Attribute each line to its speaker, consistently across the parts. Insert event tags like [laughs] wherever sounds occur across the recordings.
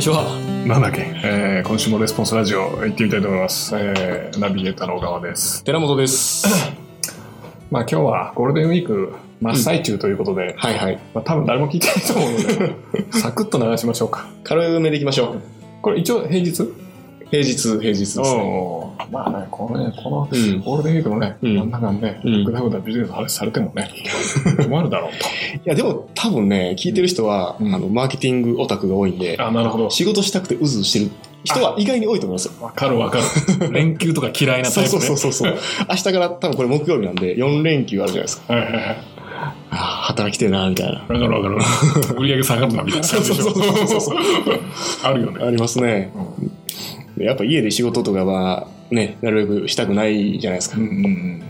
Speaker 1: 週は、
Speaker 2: なんだっけ、えー、今週もレスポンスラジオ行ってみたいと思います。えー、ナビゲーターの小川です。
Speaker 1: 寺本です。
Speaker 2: [coughs] まあ今日はゴールデンウィーク真っ最中ということで、
Speaker 1: はいはい。
Speaker 2: まあ多分誰も聞いてないと思うので、
Speaker 1: [laughs]
Speaker 2: サクッと流しましょうか。
Speaker 1: 軽めでいきましょう。
Speaker 2: これ一応平日
Speaker 1: 平日、平日ですね。
Speaker 2: おーまあね、このね、この
Speaker 1: うん
Speaker 2: ゴールデンウィークもね、
Speaker 1: うん
Speaker 2: なんだかんで、
Speaker 1: うん
Speaker 2: ぐだぐだビジネスの話されてもね、困るだろう
Speaker 1: [laughs] いや、でも多分ね、聞いてる人は、
Speaker 2: うん
Speaker 1: あの、マーケティングオタクが多いんで
Speaker 2: と。、あ、なるほど。
Speaker 1: 仕事したくてうずうずしてる人は意外に多いと思いますよ。
Speaker 2: わかるわかる。連休とか嫌いな
Speaker 1: そう
Speaker 2: タイプ
Speaker 1: そ
Speaker 2: ね。
Speaker 1: うそうそうそう。 [laughs] 明日から多分これ木曜日なんで、4連休あるじゃないですか。
Speaker 2: はいはいはい。
Speaker 1: [laughs] ああ、働きてえな、みたいな。
Speaker 2: わかるわかる。売り上げ下がるなみたいな感じでしょ。
Speaker 1: そうそうそうそう
Speaker 2: あるよね。
Speaker 1: ありますね。でやっぱ家で仕事とかは、ね、なるべくしたくないじゃないですか
Speaker 2: う。んうんうん。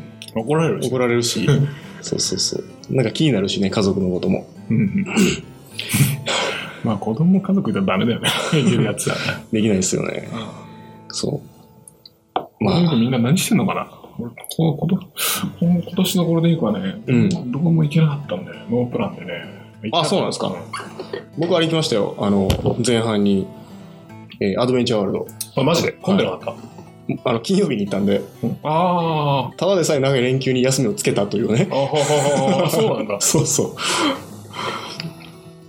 Speaker 2: 怒られるし。
Speaker 1: 怒られる [laughs] し、そうそうそう。なんか気になるしね、家族のことも。
Speaker 2: うんうん。まあ子供家族いたらダメだよね。言うやつはね。
Speaker 1: できないですよね。そう。ま
Speaker 2: まあ、
Speaker 1: あ、
Speaker 2: みんな何してんのかな俺こことこの今年のゴールデンウィークはね、
Speaker 1: うん
Speaker 2: どこも行けなかったんで、ノープランでね。
Speaker 1: あそうなんですか僕あれ行きましたよ。あの、前半に、えーアドベンチャーワールド。
Speaker 2: あ、マジで混んでなかった。
Speaker 1: あの、金曜日に行ったんで、
Speaker 2: あ
Speaker 1: ただでさえ長い連休に休みをつけたというね。 [laughs]
Speaker 2: あ。あほほほそうなんだ。
Speaker 1: そうそう。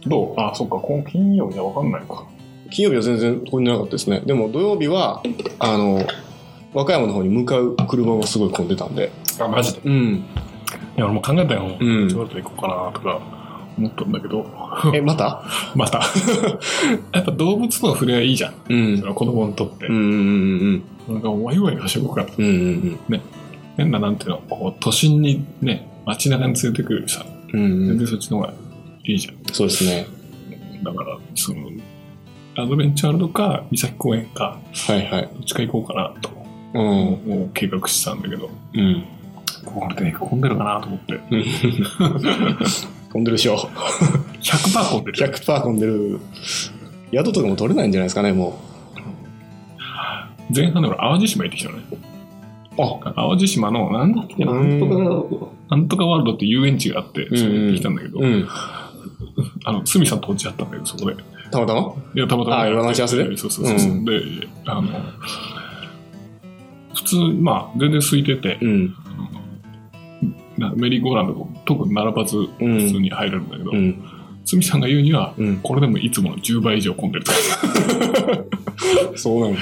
Speaker 2: どうあ、そっか、今金曜日はわかんないか。
Speaker 1: 金曜日は全然混んでなかったですね。でも土曜日は、あの、和歌山の方に向かう車がすごい混んでたんで。
Speaker 2: あ、マジで。
Speaker 1: うん。
Speaker 2: いや、俺も考えたよ。
Speaker 1: うん
Speaker 2: ちょっと行こうかなとか思ったんだけど、
Speaker 1: え、また
Speaker 2: また。 [laughs] やっぱ動物との触れ合いいいじゃん。
Speaker 1: うん。
Speaker 2: その子供にとって
Speaker 1: うんう。んうん
Speaker 2: なんかワイワイはしごか。
Speaker 1: うん。うんうん
Speaker 2: 変ななんていうの、こう都心にね、街中に連れてくるよりさ、
Speaker 1: うん。うんう
Speaker 2: 全
Speaker 1: ん。
Speaker 2: 然そっちの方がいいじゃん。
Speaker 1: そうですね。
Speaker 2: だから、その、アドベンチャーワールドか、三崎公園か、
Speaker 1: はいはい。
Speaker 2: どっちか行こうかなと、
Speaker 1: う
Speaker 2: も
Speaker 1: ん。
Speaker 2: うもう計画してたんだけど、
Speaker 1: うん。
Speaker 2: ゴールデンウィーク混んでるかなと思って。
Speaker 1: 混んでるでしょ。
Speaker 2: 100%混んでる。
Speaker 1: 100%混んでる。宿とかも取れないんじゃないですかね、も
Speaker 2: 前半で俺、淡路島行ってきたのね。
Speaker 1: う。あ、
Speaker 2: 淡路島の、なんだっけな、なんとかなんとかワールドって遊園地があって、そこ行ってきたんだけど、
Speaker 1: うん。
Speaker 2: あの、鷲見さんと落ち合ったんだけど、そこで。い
Speaker 1: たまたま
Speaker 2: や、たまたま。
Speaker 1: あ今待ち合わせで
Speaker 2: そうそうそうそう、
Speaker 1: うん
Speaker 2: で、あの、普通、まあ、全然空いてて、
Speaker 1: うん。
Speaker 2: なメリーゴーランドも特に並ばず、
Speaker 1: う
Speaker 2: 普通
Speaker 1: ん。
Speaker 2: に入れるんだけど、
Speaker 1: うん。
Speaker 2: 鷲見さんが言うには、
Speaker 1: うん。
Speaker 2: これでもいつもの10倍以上混んでるとか、
Speaker 1: そうなの。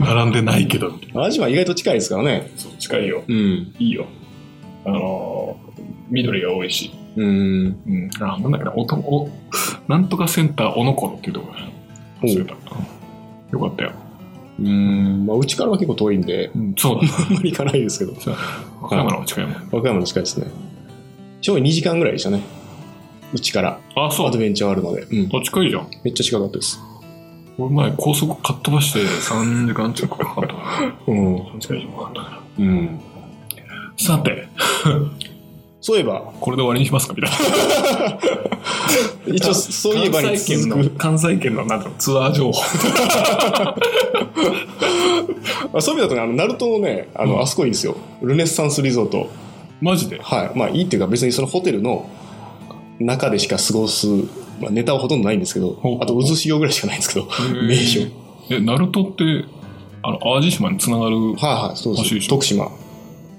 Speaker 2: 並んでないけど、みたい
Speaker 1: 淡路島意外と近いですからね。
Speaker 2: なそう近いよ。
Speaker 1: うん。
Speaker 2: いいよ。あのー、緑が多いし。
Speaker 1: うん。
Speaker 2: うん。あ、なんだっけな、おとお、なんとかセンターおのころっていうところ
Speaker 1: おう
Speaker 2: 忘れた。うんよかったよ。
Speaker 1: うん。まあ、うちからは結構遠いんで、 [laughs]
Speaker 2: うん、そうだ。
Speaker 1: あんまり行かないですけど。
Speaker 2: 和歌山の方が近いもん。
Speaker 1: 和歌山の近いですね。ちょうど2時間ぐらいでしたね。うちから。
Speaker 2: あ、そう
Speaker 1: アド。ベンチャーあるので。うん。
Speaker 2: あ、近いじゃん。
Speaker 1: めっちゃ近かったです。
Speaker 2: 俺前高速かっ飛ばして3時間近くかかった。
Speaker 1: うん。
Speaker 2: 3時間以上かかったか
Speaker 1: うん。
Speaker 2: ら。さて、
Speaker 1: そういえば、
Speaker 2: これで終わりにしますかみたいな。
Speaker 1: 一応、そういえばに続く。
Speaker 2: 関西圏のなんかツアー情報。
Speaker 1: あそういう意味だとね、あの、ナルトのね、あの、
Speaker 2: うん
Speaker 1: あそこいいですよ。ルネッサンスリゾート。
Speaker 2: マジで。
Speaker 1: はい。まあ、いいっていうか、別にそのホテルの中でしか過ごす、まあ、ネタはほとんどないんですけど
Speaker 2: ほう、
Speaker 1: あと、渦潮ぐらいしかないんですけど、名所。はい、
Speaker 2: え、ナルトって、あの、淡路島につながる。
Speaker 1: はい、そう
Speaker 2: 欲しい
Speaker 1: で。
Speaker 2: ですしょ
Speaker 1: 徳島。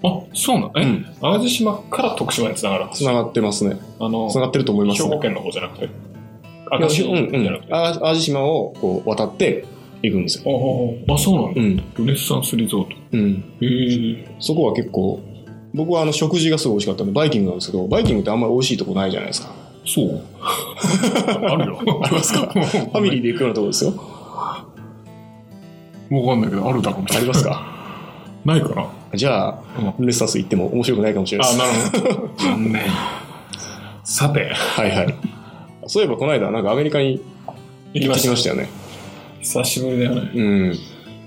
Speaker 2: あ、そうなのえ、
Speaker 1: うん
Speaker 2: 淡路島から徳島につながる
Speaker 1: つながってますね。
Speaker 2: あの
Speaker 1: つながってると思います
Speaker 2: 兵庫
Speaker 1: ね。
Speaker 2: 県の方じゃなくて。
Speaker 1: い
Speaker 2: 赤
Speaker 1: や
Speaker 2: 石
Speaker 1: うんう
Speaker 2: じゃなく
Speaker 1: ん
Speaker 2: て。。
Speaker 1: あ淡路島をこう渡って行くんですよ。
Speaker 2: あああああ、そうなん
Speaker 1: う
Speaker 2: だ。
Speaker 1: ん。
Speaker 2: ルネッサンスリゾート。
Speaker 1: うん。
Speaker 2: へえ。
Speaker 1: そこは結構、僕はあの食事がすごい美味しかったんで、バイキングなんですけど、バイキングってあんまり美味しいとこないじゃないですか。
Speaker 2: そう
Speaker 1: [laughs]
Speaker 2: あるよ。ありますかフ
Speaker 1: ファミリーで行くようなとこですよ。
Speaker 2: ー。わかんないけど、あるだろうみた
Speaker 1: あ
Speaker 2: い
Speaker 1: り
Speaker 2: な。
Speaker 1: ますか
Speaker 2: ないかな。
Speaker 1: [laughs] じゃあ、ルネッサンス行っても面白くないかもしれないです。
Speaker 2: あ、なるほど。残念。さて、
Speaker 1: はいはい。そういえばこの間、なんかアメリカに行ってきましたよね。
Speaker 2: 久しぶりだよね。
Speaker 1: うん。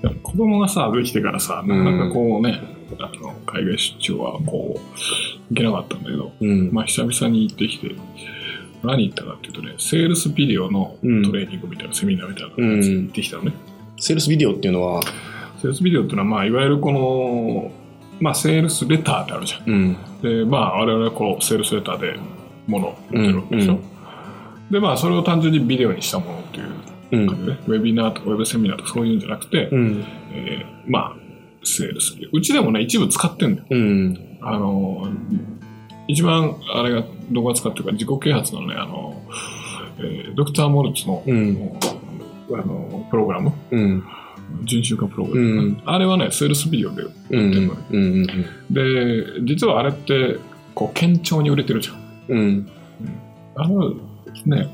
Speaker 2: でも子供がさ、できてからさ、なかなかこうね、あの海外出張はこう、行けなかったんだけど、
Speaker 1: うん。
Speaker 2: まあ、久々に行ってきて、何行ったかっていうとね、セールスビデオのトレーニングみたいな、セミナーみたいなのやつ
Speaker 1: うん
Speaker 2: 行ってきたのね。
Speaker 1: セールスビデオっていうのは、
Speaker 2: セールスビデオっていうのは、まあ、いわゆるこの、まあ、セールスレターってあるじゃん。
Speaker 1: うん。
Speaker 2: で、まあ、我々はこう、セールスレターで物を売ってるわけでしょ。
Speaker 1: うん
Speaker 2: で、まあ、それを単純にビデオにしたものっていう
Speaker 1: うん
Speaker 2: なんかねウェビナーとかウェブセミナーとかそういうんじゃなくて、
Speaker 1: うん。
Speaker 2: えーまあ、セールス。うちでもね、一部使ってんだよ。
Speaker 1: うん。
Speaker 2: あのー、一番、あれが、動画使ってるから自己啓発のね、あのー、えードクター・モルツの、
Speaker 1: うん。
Speaker 2: あのー、プログラム、
Speaker 1: うん。
Speaker 2: 準週間プログラム、
Speaker 1: うん
Speaker 2: あれはね、セールスビデオで。
Speaker 1: うん。うん。
Speaker 2: で、実はあれって、こう、堅調に売れてるじゃん。
Speaker 1: うん。
Speaker 2: あのね、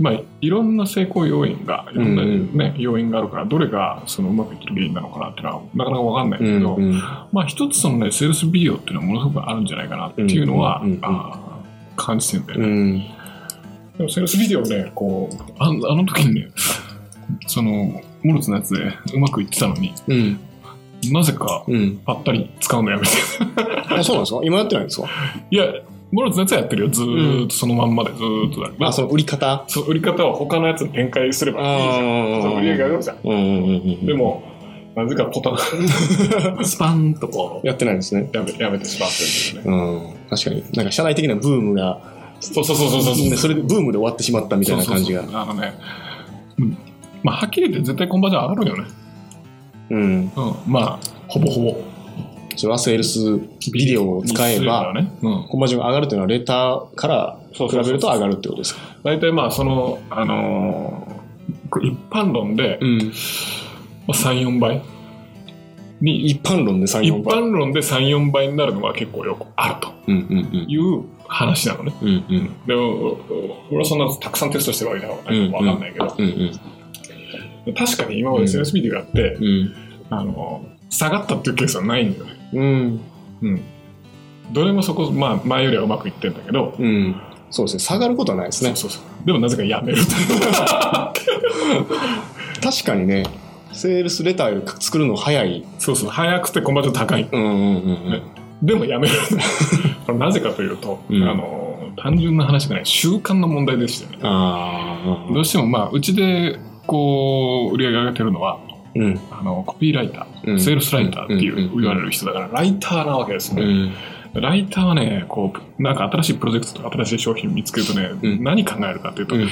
Speaker 2: まあ、いろんな成功要因が、いろんな、
Speaker 1: う
Speaker 2: ね
Speaker 1: ん
Speaker 2: 要因があるから、どれがそのうまくいってる原因なのかなっていうのは、なかなかわかんないんだけど、
Speaker 1: うん。
Speaker 2: まあ、一つそのね、セールスビデオっていうのはものすごくあるんじゃないかなっていうのは、
Speaker 1: うんうんうん
Speaker 2: あー感じてんだよ
Speaker 1: う
Speaker 2: ね。
Speaker 1: ん。
Speaker 2: でも、セールスビデオね、こう、ああの時にね、その、モルツのやつでうまくいってたのに、
Speaker 1: うん。
Speaker 2: なぜか、
Speaker 1: うん。
Speaker 2: ぱったり使うのやめて。 [laughs]
Speaker 1: あ、そうなんですか今やってないんですか
Speaker 2: いや、モルツのやつはやってるよ。ずーっとそのまんまで、ずーっとだから
Speaker 1: あ、その売り方
Speaker 2: そう売り方は他のやつに展開すればいいじゃん。そう売り上げ上がるじゃん。
Speaker 1: うんうんうん。
Speaker 2: で、も、なぜかポタ
Speaker 1: [laughs]
Speaker 2: ン、スパンとこ
Speaker 1: やってないんですね。
Speaker 2: う、やめやめてしまってるんだよね。
Speaker 1: うん、確かに。なんか社内的なブームが、
Speaker 2: そうそうそうそうそうそう。
Speaker 1: ねそれでブームで終わってしまったみたいな感じが。
Speaker 2: そうそうそうあのね、うんまあ、はっきり言って絶対コンバージョン上がるよね。
Speaker 1: うん。
Speaker 2: うん。まあ、ほぼほぼ。
Speaker 1: それはセールスビデオを使えば、
Speaker 2: ね。うん。
Speaker 1: コンバージョンが上がるというのはレターから比
Speaker 2: そうそうそう
Speaker 1: べると上がるってことですか。
Speaker 2: 大体まあ、その、あのー一般論で、
Speaker 1: ん。
Speaker 2: まあ、3、4倍に、
Speaker 1: 一般論で3、
Speaker 2: 一
Speaker 1: 4倍。
Speaker 2: 般論で3、4倍になるのが結構よくあると
Speaker 1: うんうん
Speaker 2: いう話なのね。
Speaker 1: うん。うんうん。
Speaker 2: でも俺はそんなたくさんテストしてるわけだから
Speaker 1: うん
Speaker 2: 分かんないけど、
Speaker 1: うんうん
Speaker 2: 確かに今まで CSP でやって、
Speaker 1: うん。
Speaker 2: あの下がったっていうケースはないんだよね、
Speaker 1: うん。
Speaker 2: うん、どれもそこ、まあ、前よりはうまくいってんだけど、
Speaker 1: うん。そうですね。下がることはないですね。
Speaker 2: そうそうそうでもなぜかやめると
Speaker 1: 確かにね、セールスレターより作るの早い。
Speaker 2: そうそう早くてコンバージョン高い
Speaker 1: うんうんうんうん。
Speaker 2: でもやめる
Speaker 1: [laughs]
Speaker 2: これなぜかというと、
Speaker 1: うん
Speaker 2: あの単純な話がね習慣の問題でしてね
Speaker 1: あ
Speaker 2: どうしてもまあうちでこう売り上げ上げてるのは
Speaker 1: あ。うん。
Speaker 2: あのコピーライター、
Speaker 1: うん
Speaker 2: セールスライターってい
Speaker 1: うん
Speaker 2: う
Speaker 1: うん
Speaker 2: 言われる人だから、ライターなわけです
Speaker 1: う
Speaker 2: ね、
Speaker 1: ん。
Speaker 2: ライターはねこうなんか新しいプロジェクトとか新しい商品見つけるとね、
Speaker 1: うん
Speaker 2: 何考えるかっていうと、
Speaker 1: うん
Speaker 2: よ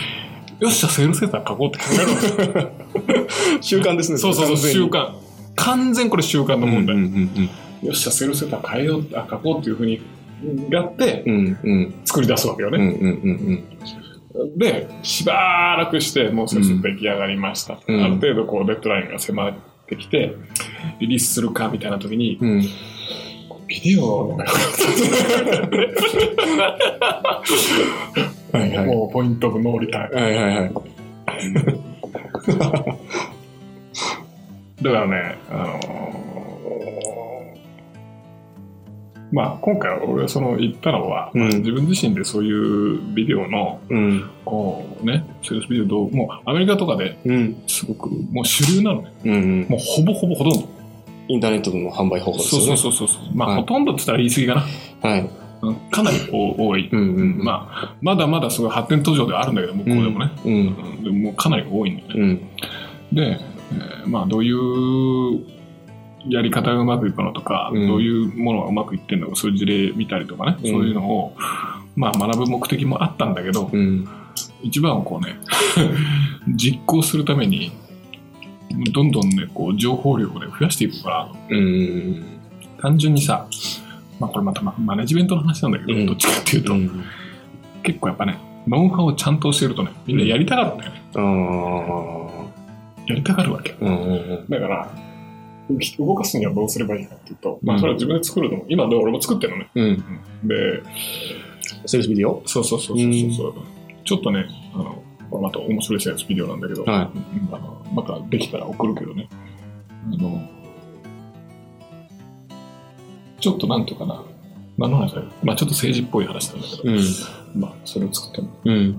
Speaker 2: っしゃセールスレター書こうって考える
Speaker 1: [laughs]
Speaker 2: わけ
Speaker 1: 習慣ですね。
Speaker 2: そうそうそう習慣完全これ習慣の
Speaker 1: の
Speaker 2: 問題、
Speaker 1: うんうんうん
Speaker 2: よっしゃセールスレター変えようあ書こうっていうふうにやって
Speaker 1: うんうん。
Speaker 2: 作り出すわけよ
Speaker 1: うん
Speaker 2: ね、
Speaker 1: うんうん
Speaker 2: でしばらくしてもうセールスレター出来上がりました、
Speaker 1: うん
Speaker 2: ある程度こうデッドラインが迫ってきてリリースするかみたいな時に
Speaker 1: うん。うん。
Speaker 2: ビデオ
Speaker 1: はいはい
Speaker 2: もうポイントのノーリターン
Speaker 1: はいはいはい。
Speaker 2: だからね、あのーまあ今回俺はその言ったのは、
Speaker 1: うん
Speaker 2: 自分自身でそういうビデオの
Speaker 1: うん。
Speaker 2: こうねセールスビデオどうもうアメリカとかで
Speaker 1: うん。
Speaker 2: すごくもう主流なのね
Speaker 1: うんうん。
Speaker 2: もうほぼほぼほとんど
Speaker 1: インターネットの販売方法です
Speaker 2: そう
Speaker 1: よね。
Speaker 2: そう
Speaker 1: う
Speaker 2: そうそうそうまあ、
Speaker 1: はい
Speaker 2: ほとんどって言ったら言い過ぎかな
Speaker 1: そう。はい。
Speaker 2: うんかなりお多い、
Speaker 1: うんうん。あ。
Speaker 2: まあ、まだまだすごい発展途上ではあるんだけど向こうでもね、
Speaker 1: うん。
Speaker 2: うんでももうかなり多いんだよね
Speaker 1: うん。
Speaker 2: で、えーまあどういうやり方がうまくいくのとか、
Speaker 1: うん
Speaker 2: どういうものがうまくいってるのかそういう事例見たりとかね、
Speaker 1: うん
Speaker 2: そういうのを、まあ、学ぶ目的もあったんだけど、
Speaker 1: うん。
Speaker 2: 一番はこうね [laughs] 実行するためにどんどんねこう情報量を、ね、増やしていくから
Speaker 1: うん。
Speaker 2: 単純にさ、まあ、これまたママネジメントの話なんだけど、
Speaker 1: うん
Speaker 2: どっちかっていうと、
Speaker 1: うん。
Speaker 2: 結構やっぱねノウハウをちゃんと教えるとねみんなやりたがるんだよね
Speaker 1: ああ。
Speaker 2: やりたがるわけ
Speaker 1: うんうん
Speaker 2: だから、動かすにはどうすればいいかっていうと、ま
Speaker 1: う
Speaker 2: あ、
Speaker 1: ん
Speaker 2: それは自分で作るのも、今で俺も作ってるのね。
Speaker 1: うん。うん。
Speaker 2: で、
Speaker 1: セールスビデオ
Speaker 2: そうそうそうそうそうそう、ちょっとね、あの、これまた面白いセールスビデオなんだけど、
Speaker 1: は
Speaker 2: うんあのまたできたら送るけどね。あの、ちょっとなんとかな、何の話だよまあ、ちょっと政治っぽい話なんだけど、
Speaker 1: うん。
Speaker 2: まあ、それを作っても
Speaker 1: うん。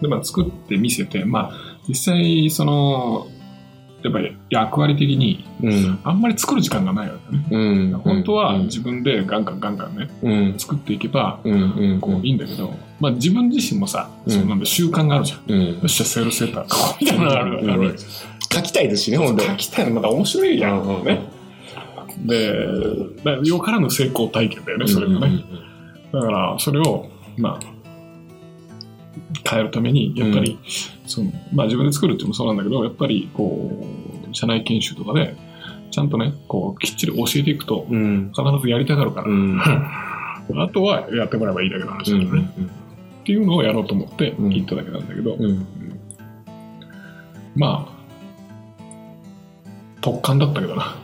Speaker 2: で、まあ、作って見せて、まあ、実際、その、やっぱり役割的に、
Speaker 1: うん。
Speaker 2: あんまり作る時間がないわけね。
Speaker 1: うん。
Speaker 2: 本当は
Speaker 1: うん。
Speaker 2: 自分でガンガンガンガンね
Speaker 1: うん。
Speaker 2: 作っていけば
Speaker 1: うん。うん。
Speaker 2: こういいんだけど、まあ、自分自身もさ、
Speaker 1: うん
Speaker 2: そうなんだ習慣があるじゃんよ
Speaker 1: うん
Speaker 2: っ。しゃセールスセーターかみたいなのがある,、
Speaker 1: うん
Speaker 2: あるわけです
Speaker 1: 書きたいですしね、ほんと。
Speaker 2: 書きたいのまた面白いやん、
Speaker 1: うんうん
Speaker 2: ねでだからよからぬ成功体験だよねそれがね、だからそれをまあ変えるためにやっぱり、そのまあ、自分で作るっていうのもそうなんだけどやっぱりこう社内研修とかでちゃんとねこうきっちり教えていくと
Speaker 1: うん。
Speaker 2: 必ずやりたがるから
Speaker 1: う、ん。
Speaker 2: あとはやってもらえばいいだけの話
Speaker 1: う
Speaker 2: だよね、っ
Speaker 1: ん。
Speaker 2: ていうのをやろうと思って
Speaker 1: うん
Speaker 2: 行っただけなんだけど、
Speaker 1: うん。
Speaker 2: まあ特感だったけどな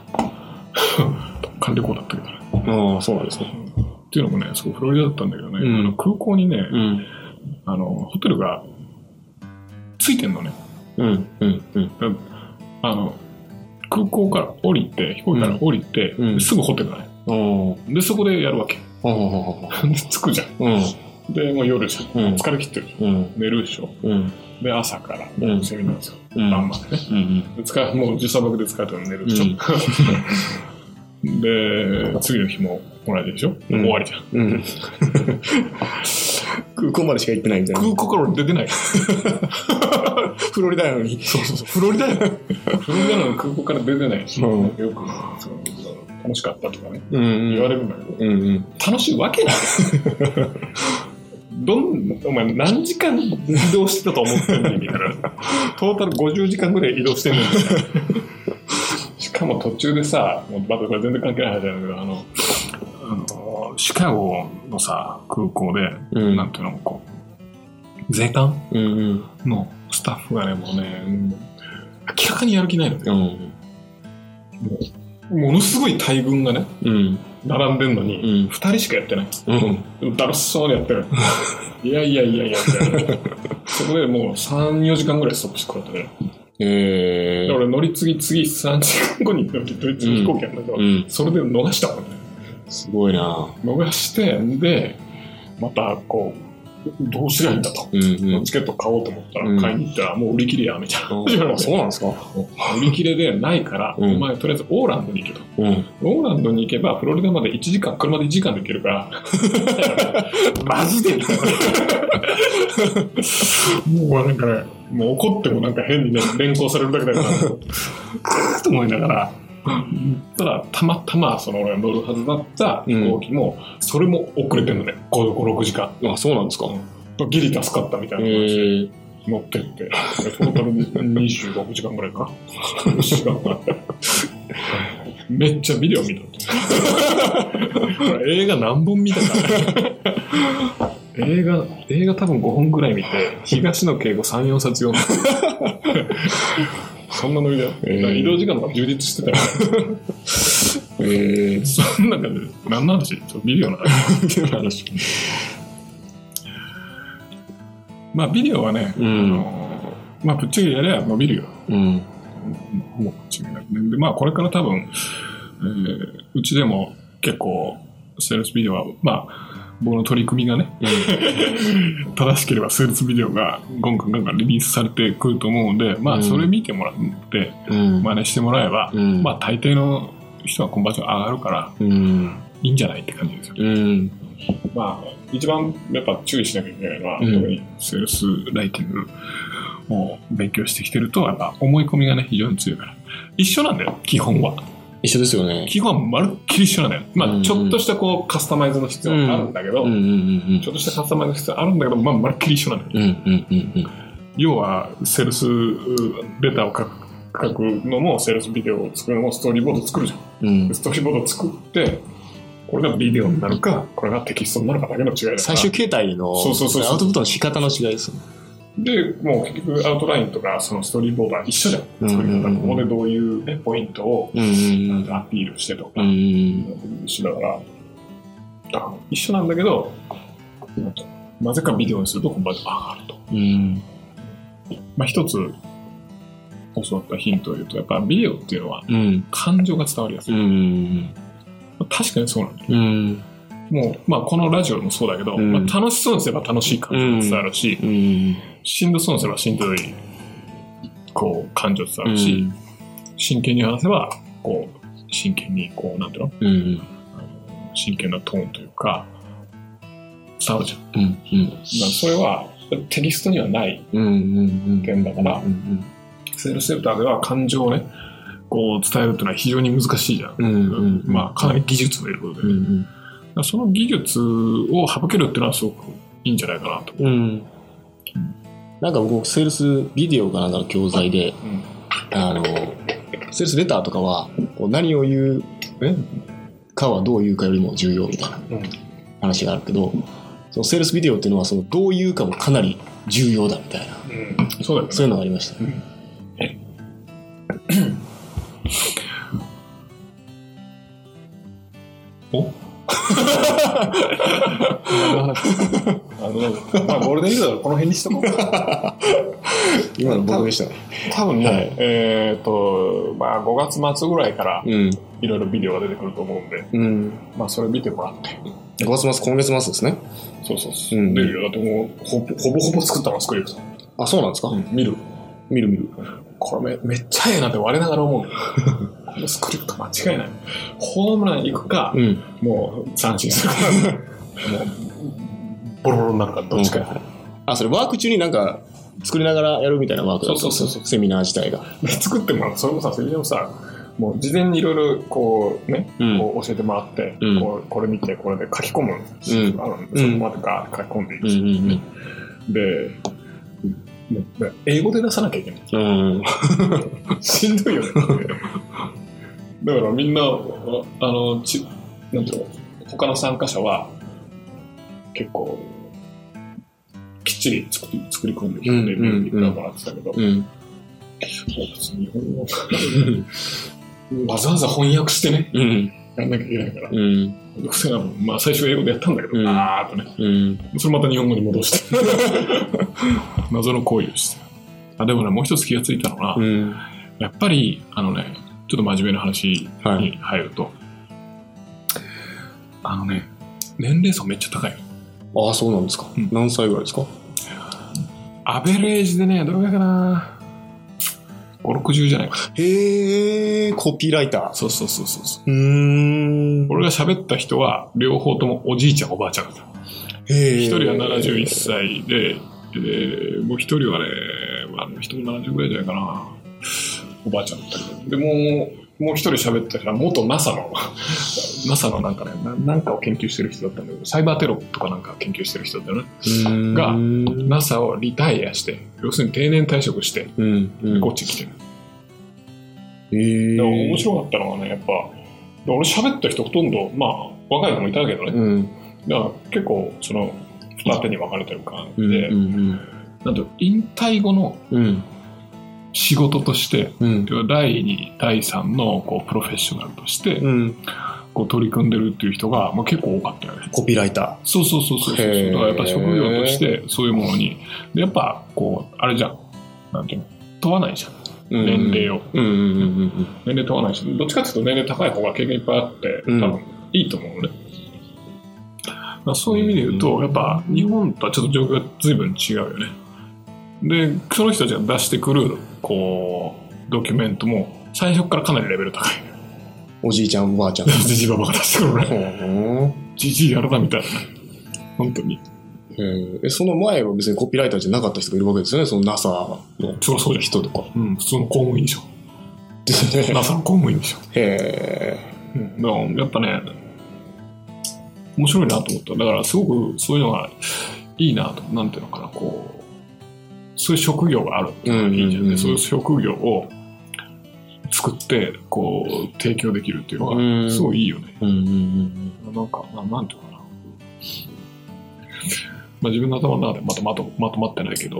Speaker 2: [laughs] 特感旅行だったけどな
Speaker 1: ああ、そうなんですね。
Speaker 2: っていうのもねそうフロリダだったんだけどね、
Speaker 1: うん
Speaker 2: あの空港にね、
Speaker 1: うん。
Speaker 2: あのホテルがついてんのね
Speaker 1: うん。うん。うん。
Speaker 2: あの空港から降りて飛行機から降りて、
Speaker 1: うん
Speaker 2: すぐホテルだね
Speaker 1: ああ。
Speaker 2: でそこでやるわけ [laughs]
Speaker 1: ほうほうほうほ
Speaker 2: で着くじゃ
Speaker 1: う。うん。
Speaker 2: んでもう夜じゃん
Speaker 1: うん。
Speaker 2: 疲れ切ってるじゃん
Speaker 1: うん。
Speaker 2: 寝るでしょ
Speaker 1: うん。
Speaker 2: で朝から
Speaker 1: うん
Speaker 2: セミナーですよ、
Speaker 1: うん
Speaker 2: 晩までね
Speaker 1: うん。
Speaker 2: で疲れもう時差ボケで疲れてるの寝るでしょ、 [laughs] で次の日も同じでしょ、
Speaker 1: うん
Speaker 2: 終わりじゃん
Speaker 1: うん。空港までしか行ってないみたい
Speaker 2: 空
Speaker 1: な。
Speaker 2: 港から出てない [laughs]
Speaker 1: フロリダなのに。
Speaker 2: そうそうそうフロリダよフロリダなのに空港から出てないし、
Speaker 1: うん
Speaker 2: よくその楽しかったとかね
Speaker 1: うん。
Speaker 2: 言わ
Speaker 1: う
Speaker 2: れ
Speaker 1: ん。
Speaker 2: るんだけど
Speaker 1: うん。うん。
Speaker 2: 楽しいわけないどんお前何時間移動してたと思ってんねんみたいなトータル50時間ぐらい移動してんねんみたいなしかも途中でさもうまたこれ全然関係ない話なんだけどあのあのシカゴのさ空港で、
Speaker 1: うん
Speaker 2: なんていうのこう税関
Speaker 1: うん。
Speaker 2: のスタッフがねもうね、うん明らかにやる気ないのね
Speaker 1: うん。
Speaker 2: ものすごい大群がね
Speaker 1: うん。
Speaker 2: 並んでんの
Speaker 1: う
Speaker 2: に、
Speaker 1: ん。
Speaker 2: 二2人しかやってない
Speaker 1: うん。
Speaker 2: でもだるそうにや
Speaker 1: [laughs]
Speaker 2: ってる。いやいやいやいやみたいな。そこでもう3、4時間ぐらいストップしてくれたね。
Speaker 1: え
Speaker 2: で、
Speaker 1: ー。
Speaker 2: 俺乗り継ぎ次3時間後に乗り継ぎ飛行機やんだけど、
Speaker 1: うん。
Speaker 2: それで逃したもんね。
Speaker 1: すごいな
Speaker 2: 逃して、で、またこう、どうすりゃいいんだと。
Speaker 1: うん。うん。
Speaker 2: チケット買おうと思った
Speaker 1: うん
Speaker 2: ら、買いに行ったらもう売り切れや、みたい [laughs] な。
Speaker 1: あそう
Speaker 2: う
Speaker 1: なんですか
Speaker 2: 売り切れでないから、
Speaker 1: うん
Speaker 2: お前とりあえずオーランドに行けと。
Speaker 1: うん。
Speaker 2: オーランドに行けば、フロリダまで1時間、車で1時間で行けるから。マジでもうなんかね、もう怒ってもなんか変にね、連行されるだけだから、くーっと思いながら、ただ、たまたま、その俺が乗るはずだった飛行機も、それも遅れてるのね、5、5 6時間。
Speaker 1: あ、そうなんですか
Speaker 2: ギリ助かったみたい
Speaker 1: え
Speaker 2: な感じで
Speaker 1: ー。
Speaker 2: 乗ってって、トータル26時間ぐらいか。26時間ぐらい。めっちゃビデオ見た。これ映画何本見たか。 [laughs] 映画、映画多分5本ぐらい見て、東野敬吾3、4冊読んだ。そんなノリだよ。
Speaker 1: えー
Speaker 2: 移動時間とか充実してたよ。
Speaker 1: えー。
Speaker 2: そんな感じで、何の話そうビデオ [laughs] の話。
Speaker 1: っていう話。
Speaker 2: まあビデオはね、
Speaker 1: う
Speaker 2: あ
Speaker 1: ん。
Speaker 2: のまあぶっちゃけやれば伸びるよ。
Speaker 1: うん。
Speaker 2: ほぼ間違いなくね。で、まあ、これから多分、えーうちでも結構、セールスビデオは、まあ、僕の取り組みがね、 [laughs] 正しければセールスビデオがガンガンガンガンリリースされてくると思うので、ま
Speaker 1: う
Speaker 2: あ、
Speaker 1: ん
Speaker 2: それ見てもらって、
Speaker 1: うん。
Speaker 2: 真似してもらえば、
Speaker 1: うん。
Speaker 2: まあ、大抵の人はコンバージョン上がるから、
Speaker 1: うん。
Speaker 2: いいんじゃないって感じですよね。
Speaker 1: うん。
Speaker 2: まあ、一番やっぱ注意しなきゃいけないのは、
Speaker 1: うん
Speaker 2: 特にセールスライティングを勉強してきてると、やっぱ思い込みがね、非常に強いから。一緒なんだよ、基本は。
Speaker 1: 一緒ですよね。
Speaker 2: 基本はまるっきり一緒なんだよ。
Speaker 1: うん
Speaker 2: ま
Speaker 1: う
Speaker 2: あ、
Speaker 1: ん
Speaker 2: ちょっとしたこう、カスタマイズの必要はあるんだけど、
Speaker 1: うんうんうん
Speaker 2: ちょっとしたカスタマイズの必要はあるんだけど、まあ、まるっきり一緒なんだよ。
Speaker 1: うん。うんうんうん
Speaker 2: 要は、セールスレターを書く書くのも、セールスビデオを作るのも、ストーリーボード作るじゃん。
Speaker 1: うん。うん
Speaker 2: で。ストーリーボード作って、これがビデオになるか、これがテキストになるかだけの違いだから。
Speaker 1: 最終形態の
Speaker 2: そうそうそうそう
Speaker 1: アウトプットの仕方の違いですよね。
Speaker 2: で、もう結局アウトラインとかそのストーリーボードは一緒じゃん。
Speaker 1: うん
Speaker 2: 作り方ここでどういう、ね、ポイントを
Speaker 1: うんうん
Speaker 2: アピールしてと
Speaker 1: う
Speaker 2: か、
Speaker 1: ん。
Speaker 2: 一緒だから、だから一緒なんだけど、なぜかビデオにするとコンバージョンが上がると。
Speaker 1: うん。
Speaker 2: まあ一つ教わったヒントを言うと、やっぱビデオっていうのは
Speaker 1: うん。
Speaker 2: 感情が伝わりやす
Speaker 1: う
Speaker 2: い。
Speaker 1: ん。
Speaker 2: 確かにそうなんだよ。
Speaker 1: うん。
Speaker 2: もう、まあこのラジオもそうだけど、
Speaker 1: うん
Speaker 2: まあ楽しそうにすれば楽しい感情が伝わるし、
Speaker 1: うん。
Speaker 2: しんどそうにすればしんどい、こう感情伝わるし、真剣に話せばこう真剣にこうなんていうの
Speaker 1: うん。うん。
Speaker 2: 真剣なトーンというか伝わるじゃんだか
Speaker 1: うん。
Speaker 2: らそれはテキストにはない
Speaker 1: うん。うん。
Speaker 2: 点だから
Speaker 1: うん。
Speaker 2: セールスレターでは感情をねこう伝えるっていうのは非常に難しいじゃん、
Speaker 1: うん。
Speaker 2: まあかなり技術もいることで、
Speaker 1: う
Speaker 2: だか
Speaker 1: ん。
Speaker 2: らその技術を省けるっていうのはすごくいいんじゃないかなと
Speaker 1: うん。なんか僕、セールスビデオかなんかの教材で、
Speaker 2: うん
Speaker 1: あの、セールスレターとかは、こう何を言う、えかはどう言うかよりも重要みたいな
Speaker 2: うん
Speaker 1: 話があるけど、そのセールスビデオっていうのは、そのどう言うかもかなり重要だみたいな、
Speaker 2: うん、そうだよね
Speaker 1: そういうのがありましたね。
Speaker 2: お [laughs] あの、まあ、ゴールデンウィークだからこの辺にしとこう
Speaker 1: 今の僕でしたね。
Speaker 2: 多分ね、
Speaker 1: はい
Speaker 2: [laughs] えっ、と、まあ、5月末ぐらいから
Speaker 1: うん。
Speaker 2: いろいろビデオが出てくると思うんで、
Speaker 1: うん。
Speaker 2: まあ、それ見てもらって。
Speaker 1: 5月末、今月末ですね。
Speaker 2: そうそうそう。
Speaker 1: うん
Speaker 2: 出るよ。だってもう、ほぼほぼほぼ作ったの、スクリプト。
Speaker 1: あ、そうなんですか、
Speaker 2: 見る。
Speaker 1: 見る見る。
Speaker 2: これめめっちゃええなって我ながら思う。このスクリプト間違いない。ホームラン行くか、
Speaker 1: うん。
Speaker 2: もう三振するか、もう、ボロボロになるか、どっちかや。
Speaker 1: あ、それワーク中になんか、作りながらやるみたいなワークだったんです
Speaker 2: そう
Speaker 1: よ
Speaker 2: そうそう
Speaker 1: セミナー自体が。
Speaker 2: で作ってもらうそれもさセミナーもさもう事前にいろいろこうね、
Speaker 1: うん
Speaker 2: こう教えてもらって、
Speaker 1: うん
Speaker 2: こうこれ見てこれで書き込む、
Speaker 1: ん
Speaker 2: あのそこまでガーッて書き込んでいく
Speaker 1: うんうん
Speaker 2: で、ねね英語で出さなきゃいけない [laughs]
Speaker 1: うん。うん。
Speaker 2: しんど
Speaker 1: [laughs]
Speaker 2: いよねだからみんなあのちなんていうの他の参加者は結構きっちり作り作り込んできて
Speaker 1: うんうんうん
Speaker 2: 頑張ってたけど、
Speaker 1: うん。
Speaker 2: もう別に日本語 [laughs] わざわざ翻訳してね、
Speaker 1: うん。
Speaker 2: やんなきゃいけないから。
Speaker 1: うん。
Speaker 2: めんどくせえなまあ最初は英語でやったんだけど、
Speaker 1: うん
Speaker 2: あーっとね。
Speaker 1: うん。
Speaker 2: それまた日本語に戻 [laughs] して。謎の行為をして。あ、でもね、もう一つ気がついたのが、
Speaker 1: うん。
Speaker 2: やっぱり、あのね、ちょっと真面目な話
Speaker 1: はい。
Speaker 2: に入ると、あのね、年齢層めっちゃ高いよ。
Speaker 1: ああ、そうなんですか。
Speaker 2: うん
Speaker 1: 何歳ぐらいですか
Speaker 2: アベレージでね、どれぐらいかな5、60じゃないかな。
Speaker 1: へえ、コピーライター。
Speaker 2: そうそうそうそうそう。
Speaker 1: うーん。
Speaker 2: 俺が喋った人は、両方ともおじいちゃん、おばあちゃんだった。
Speaker 1: 一
Speaker 2: 一人は71歳で、えーもう一人はね、まあ、あの人も70ぐらいじゃないかな。おばあちゃんだったけど。で、もう、もう一人喋った人は元 NASA の、NASA のなんかねな、なんかを研究してる人だったんだけど、サイバーテロとかなんかを研究してる人だったよね。
Speaker 1: 歳
Speaker 2: が
Speaker 1: うん。
Speaker 2: NASA をリタイアして、要するに定年退職して、
Speaker 1: うん。うん
Speaker 2: こっち来てる。
Speaker 1: へえ。
Speaker 2: でも面白かったのはね、やっぱ、で俺喋った人ほとんど、まあ、若い子もいたけどね。
Speaker 1: うん。
Speaker 2: だから結構、その、二手に分かれてる感
Speaker 1: う
Speaker 2: じ
Speaker 1: ん。
Speaker 2: で、
Speaker 1: うん。
Speaker 2: なんと引退後の
Speaker 1: うん。
Speaker 2: 仕事として
Speaker 1: うん。
Speaker 2: 要は第2第3のこうプロフェッショナルとして
Speaker 1: うん。
Speaker 2: こう取り組んでるっていう人が、まあ、結構多かったよね
Speaker 1: コピーライタ
Speaker 2: そうそうそうそうそう
Speaker 1: へー
Speaker 2: だからやっぱ職業としてそういうものにでやっぱこうあれじゃんなんていうの問わないじゃん
Speaker 1: ー。うん
Speaker 2: 年齢を。
Speaker 1: うんうんうんうん
Speaker 2: 年齢問わないしどっちかっていうと年齢高い方が経験いっぱいあって多
Speaker 1: うん
Speaker 2: 分いいと思うのね、まあそういう意味で言うとやっぱ日本とはちょっと状況が随分違うよねでその人たちが出してくるこうドキュメントも最初からかなりレベル高い
Speaker 1: おじいちゃん、おばあちゃん。
Speaker 2: ジジイババが出してくるね
Speaker 1: ほう
Speaker 2: ジジイやるなみたいなね本当に
Speaker 1: えーえその前は別にコピーライターじゃなかった人がいるわけですよね、その NASA の
Speaker 2: そうそうじゃん
Speaker 1: 人とか。
Speaker 2: うん普通の公務員でしょ
Speaker 1: ですね。
Speaker 2: NASA の公務員でしょ
Speaker 1: へ
Speaker 2: うんだからやっぱね面白いなと思っただからすごくそういうのがいいなとなんていうのかなこうそういう職業があるっていうのがいいじゃん
Speaker 1: うんうんうん
Speaker 2: そういう職業を作ってこう提供できるっていうの
Speaker 1: う
Speaker 2: が
Speaker 1: ん
Speaker 2: すごいいいよね、
Speaker 1: ーうんうんうん
Speaker 2: なんかななんていうのかな、まあ、自分の頭の中でまとまとまとまってないけど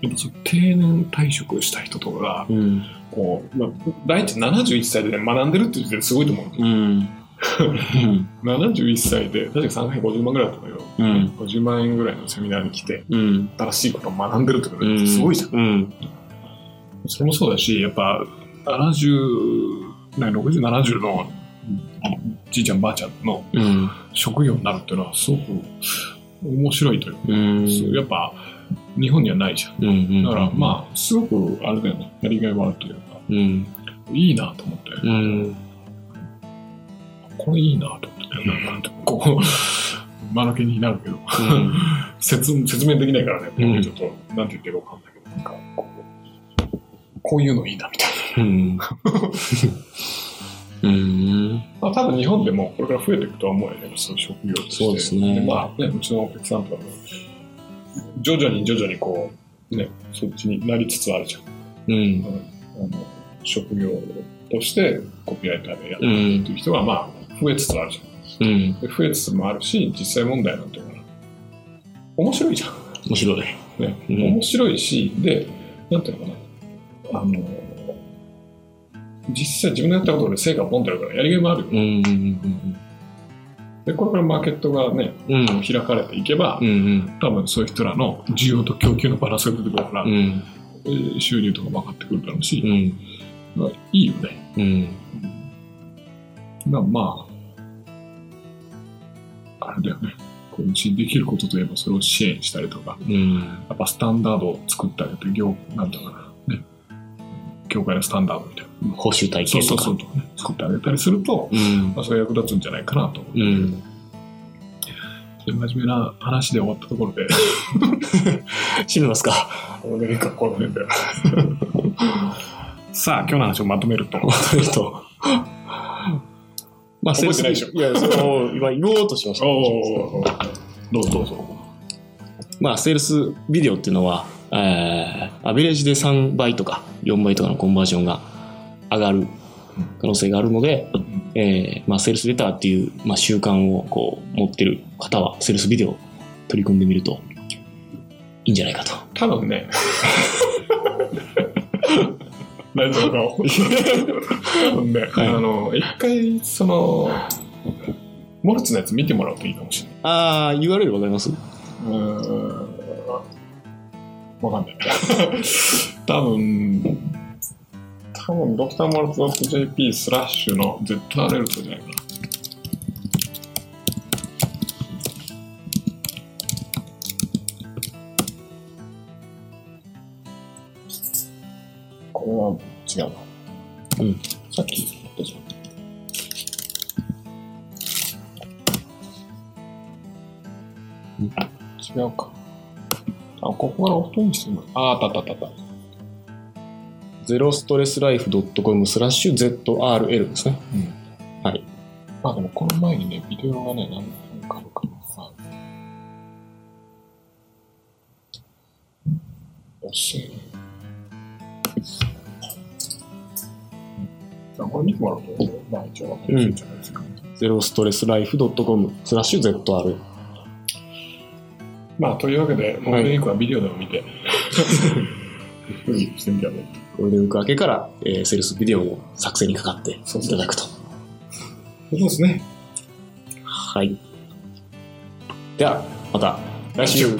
Speaker 2: やっぱそう定年退職した人とかが
Speaker 1: うん。うん。
Speaker 2: こう、まあ、第一71歳で、ね、学んでるっていう時点ですごいと思う
Speaker 1: うん。
Speaker 2: 71歳で、確か3回50万ぐらいだったんだけど、
Speaker 1: うん。
Speaker 2: 50万円ぐらいのセミナーに来て、
Speaker 1: うん。
Speaker 2: 新しいことを学んでるってこと
Speaker 1: う
Speaker 2: で
Speaker 1: ん。
Speaker 2: すごいじゃん。
Speaker 1: うん。
Speaker 2: それもそうだし、やっぱ、70、ね、60、70のじいちゃん、ばあちゃんの
Speaker 1: うん。
Speaker 2: 職業になるっていうのは、すごく面白いというか、
Speaker 1: うん。
Speaker 2: そうやっぱ、日本にはないじゃん。
Speaker 1: うん。
Speaker 2: だから、まあ、すごく、あれだよね、やりがいはあるというか、
Speaker 1: あ。うん。
Speaker 2: いいなと思って。
Speaker 1: うん。
Speaker 2: これいいなと思って、なんかこう、 [laughs] 間抜けになるけど、説説明できないからね、
Speaker 1: うん
Speaker 2: ちょっと、なんて言ってるかわかんないけど、なんかこう、こういうのいいなみたい
Speaker 1: うん。うん。
Speaker 2: な。まあ多分日本でもこれから増えていくとは思うよね、その職業として。
Speaker 1: そうですね
Speaker 2: まあね、うちのお客さんとかも、徐々に徐々にこう、ね、そっちになりつつあるじゃん。
Speaker 1: うん。
Speaker 2: あの職業としてコピーライターでやって
Speaker 1: う
Speaker 2: る
Speaker 1: ん
Speaker 2: って。いう人が、まあ、増えつつあるじゃん。
Speaker 1: うん。
Speaker 2: で増えつつもあるし実際問題なんていうのかな面白いじゃん、
Speaker 1: 面白い。
Speaker 2: ね
Speaker 1: うん
Speaker 2: 面白いしでなんていうのかなあの実際自分のやったことで成果をポンってあるからやりがいもあるよ
Speaker 1: うん。うん。
Speaker 2: でこれからマーケットがね
Speaker 1: うん。うん。
Speaker 2: 開かれていけば、
Speaker 1: うん。
Speaker 2: 多分そういう人らの需要と供給のバランスが出てくるから、
Speaker 1: う
Speaker 2: え
Speaker 1: ん。
Speaker 2: ー収入とかも上がってくるだろうし、
Speaker 1: うん。
Speaker 2: まあいいよね
Speaker 1: うん。
Speaker 2: まあまああれだよねこうちできることといえばそれを支援したりとか
Speaker 1: うん。
Speaker 2: やっぱスタンダードを作ってあげて、業、なんていうのかな、ね。業界のスタンダードみたいな。
Speaker 1: 報酬体
Speaker 2: そう
Speaker 1: 系
Speaker 2: そ
Speaker 1: と
Speaker 2: うそ
Speaker 1: か
Speaker 2: う。とかね、作ってあげたりすると、
Speaker 1: うん。
Speaker 2: まあ、それが役立つんじゃないかなと思う。
Speaker 1: うん。
Speaker 2: で真面目な話で終わったところで、
Speaker 1: 死ぬますか。
Speaker 2: 俺がこの辺で。 [laughs] さあ、今日の話をまとめると。
Speaker 1: えっと。まあ、
Speaker 2: 覚えてないでしょ
Speaker 1: いや、そう、今言おうとしました。
Speaker 2: おーどうぞどうぞ。
Speaker 1: まあ、セールスビデオっていうのは、えー、アベレージで3倍とか4倍とかのコンバージョンが上がる可能性があるので、えーまあ、セールスレターっていう、まあ、習慣をこう持ってる方は、セールスビデオを取り組んでみるといいんじゃないかと。
Speaker 2: 多分ね。大丈夫かも。多分ね、
Speaker 1: い
Speaker 2: あの、一回、その、モルツのやつ見てもらうといいかもしれない。
Speaker 1: ああ、URL わかります
Speaker 2: うーんわかんない。多分、多分、ドクターモルツ .jp スラッシュの ZRL とかじゃないかな。これは違うな。
Speaker 1: うん。
Speaker 2: さっき言ったじゃん。違うか。あ、ここからオフトインしてるのああ、あったあったあったあった。
Speaker 1: ゼロストレスライフ .com スラッシュ ZRL ですね。
Speaker 2: まあでもこの前にね、ビデオがね、何分かあるかな。おっしゃあこれ見てもらうと、まあ一応わかりやすいんじゃないですか。
Speaker 1: ゼロストレスライフ .com スラッシュ ZRL。
Speaker 2: まあというわけで、ゴールデンウィークはビデオでも [laughs] 見て、ふうにしてみたらね。
Speaker 1: ゴールデンウィーク明けから、えーセールスビデオの作成にかかっていただくと。
Speaker 2: そうですね。
Speaker 1: はい。では、また来週。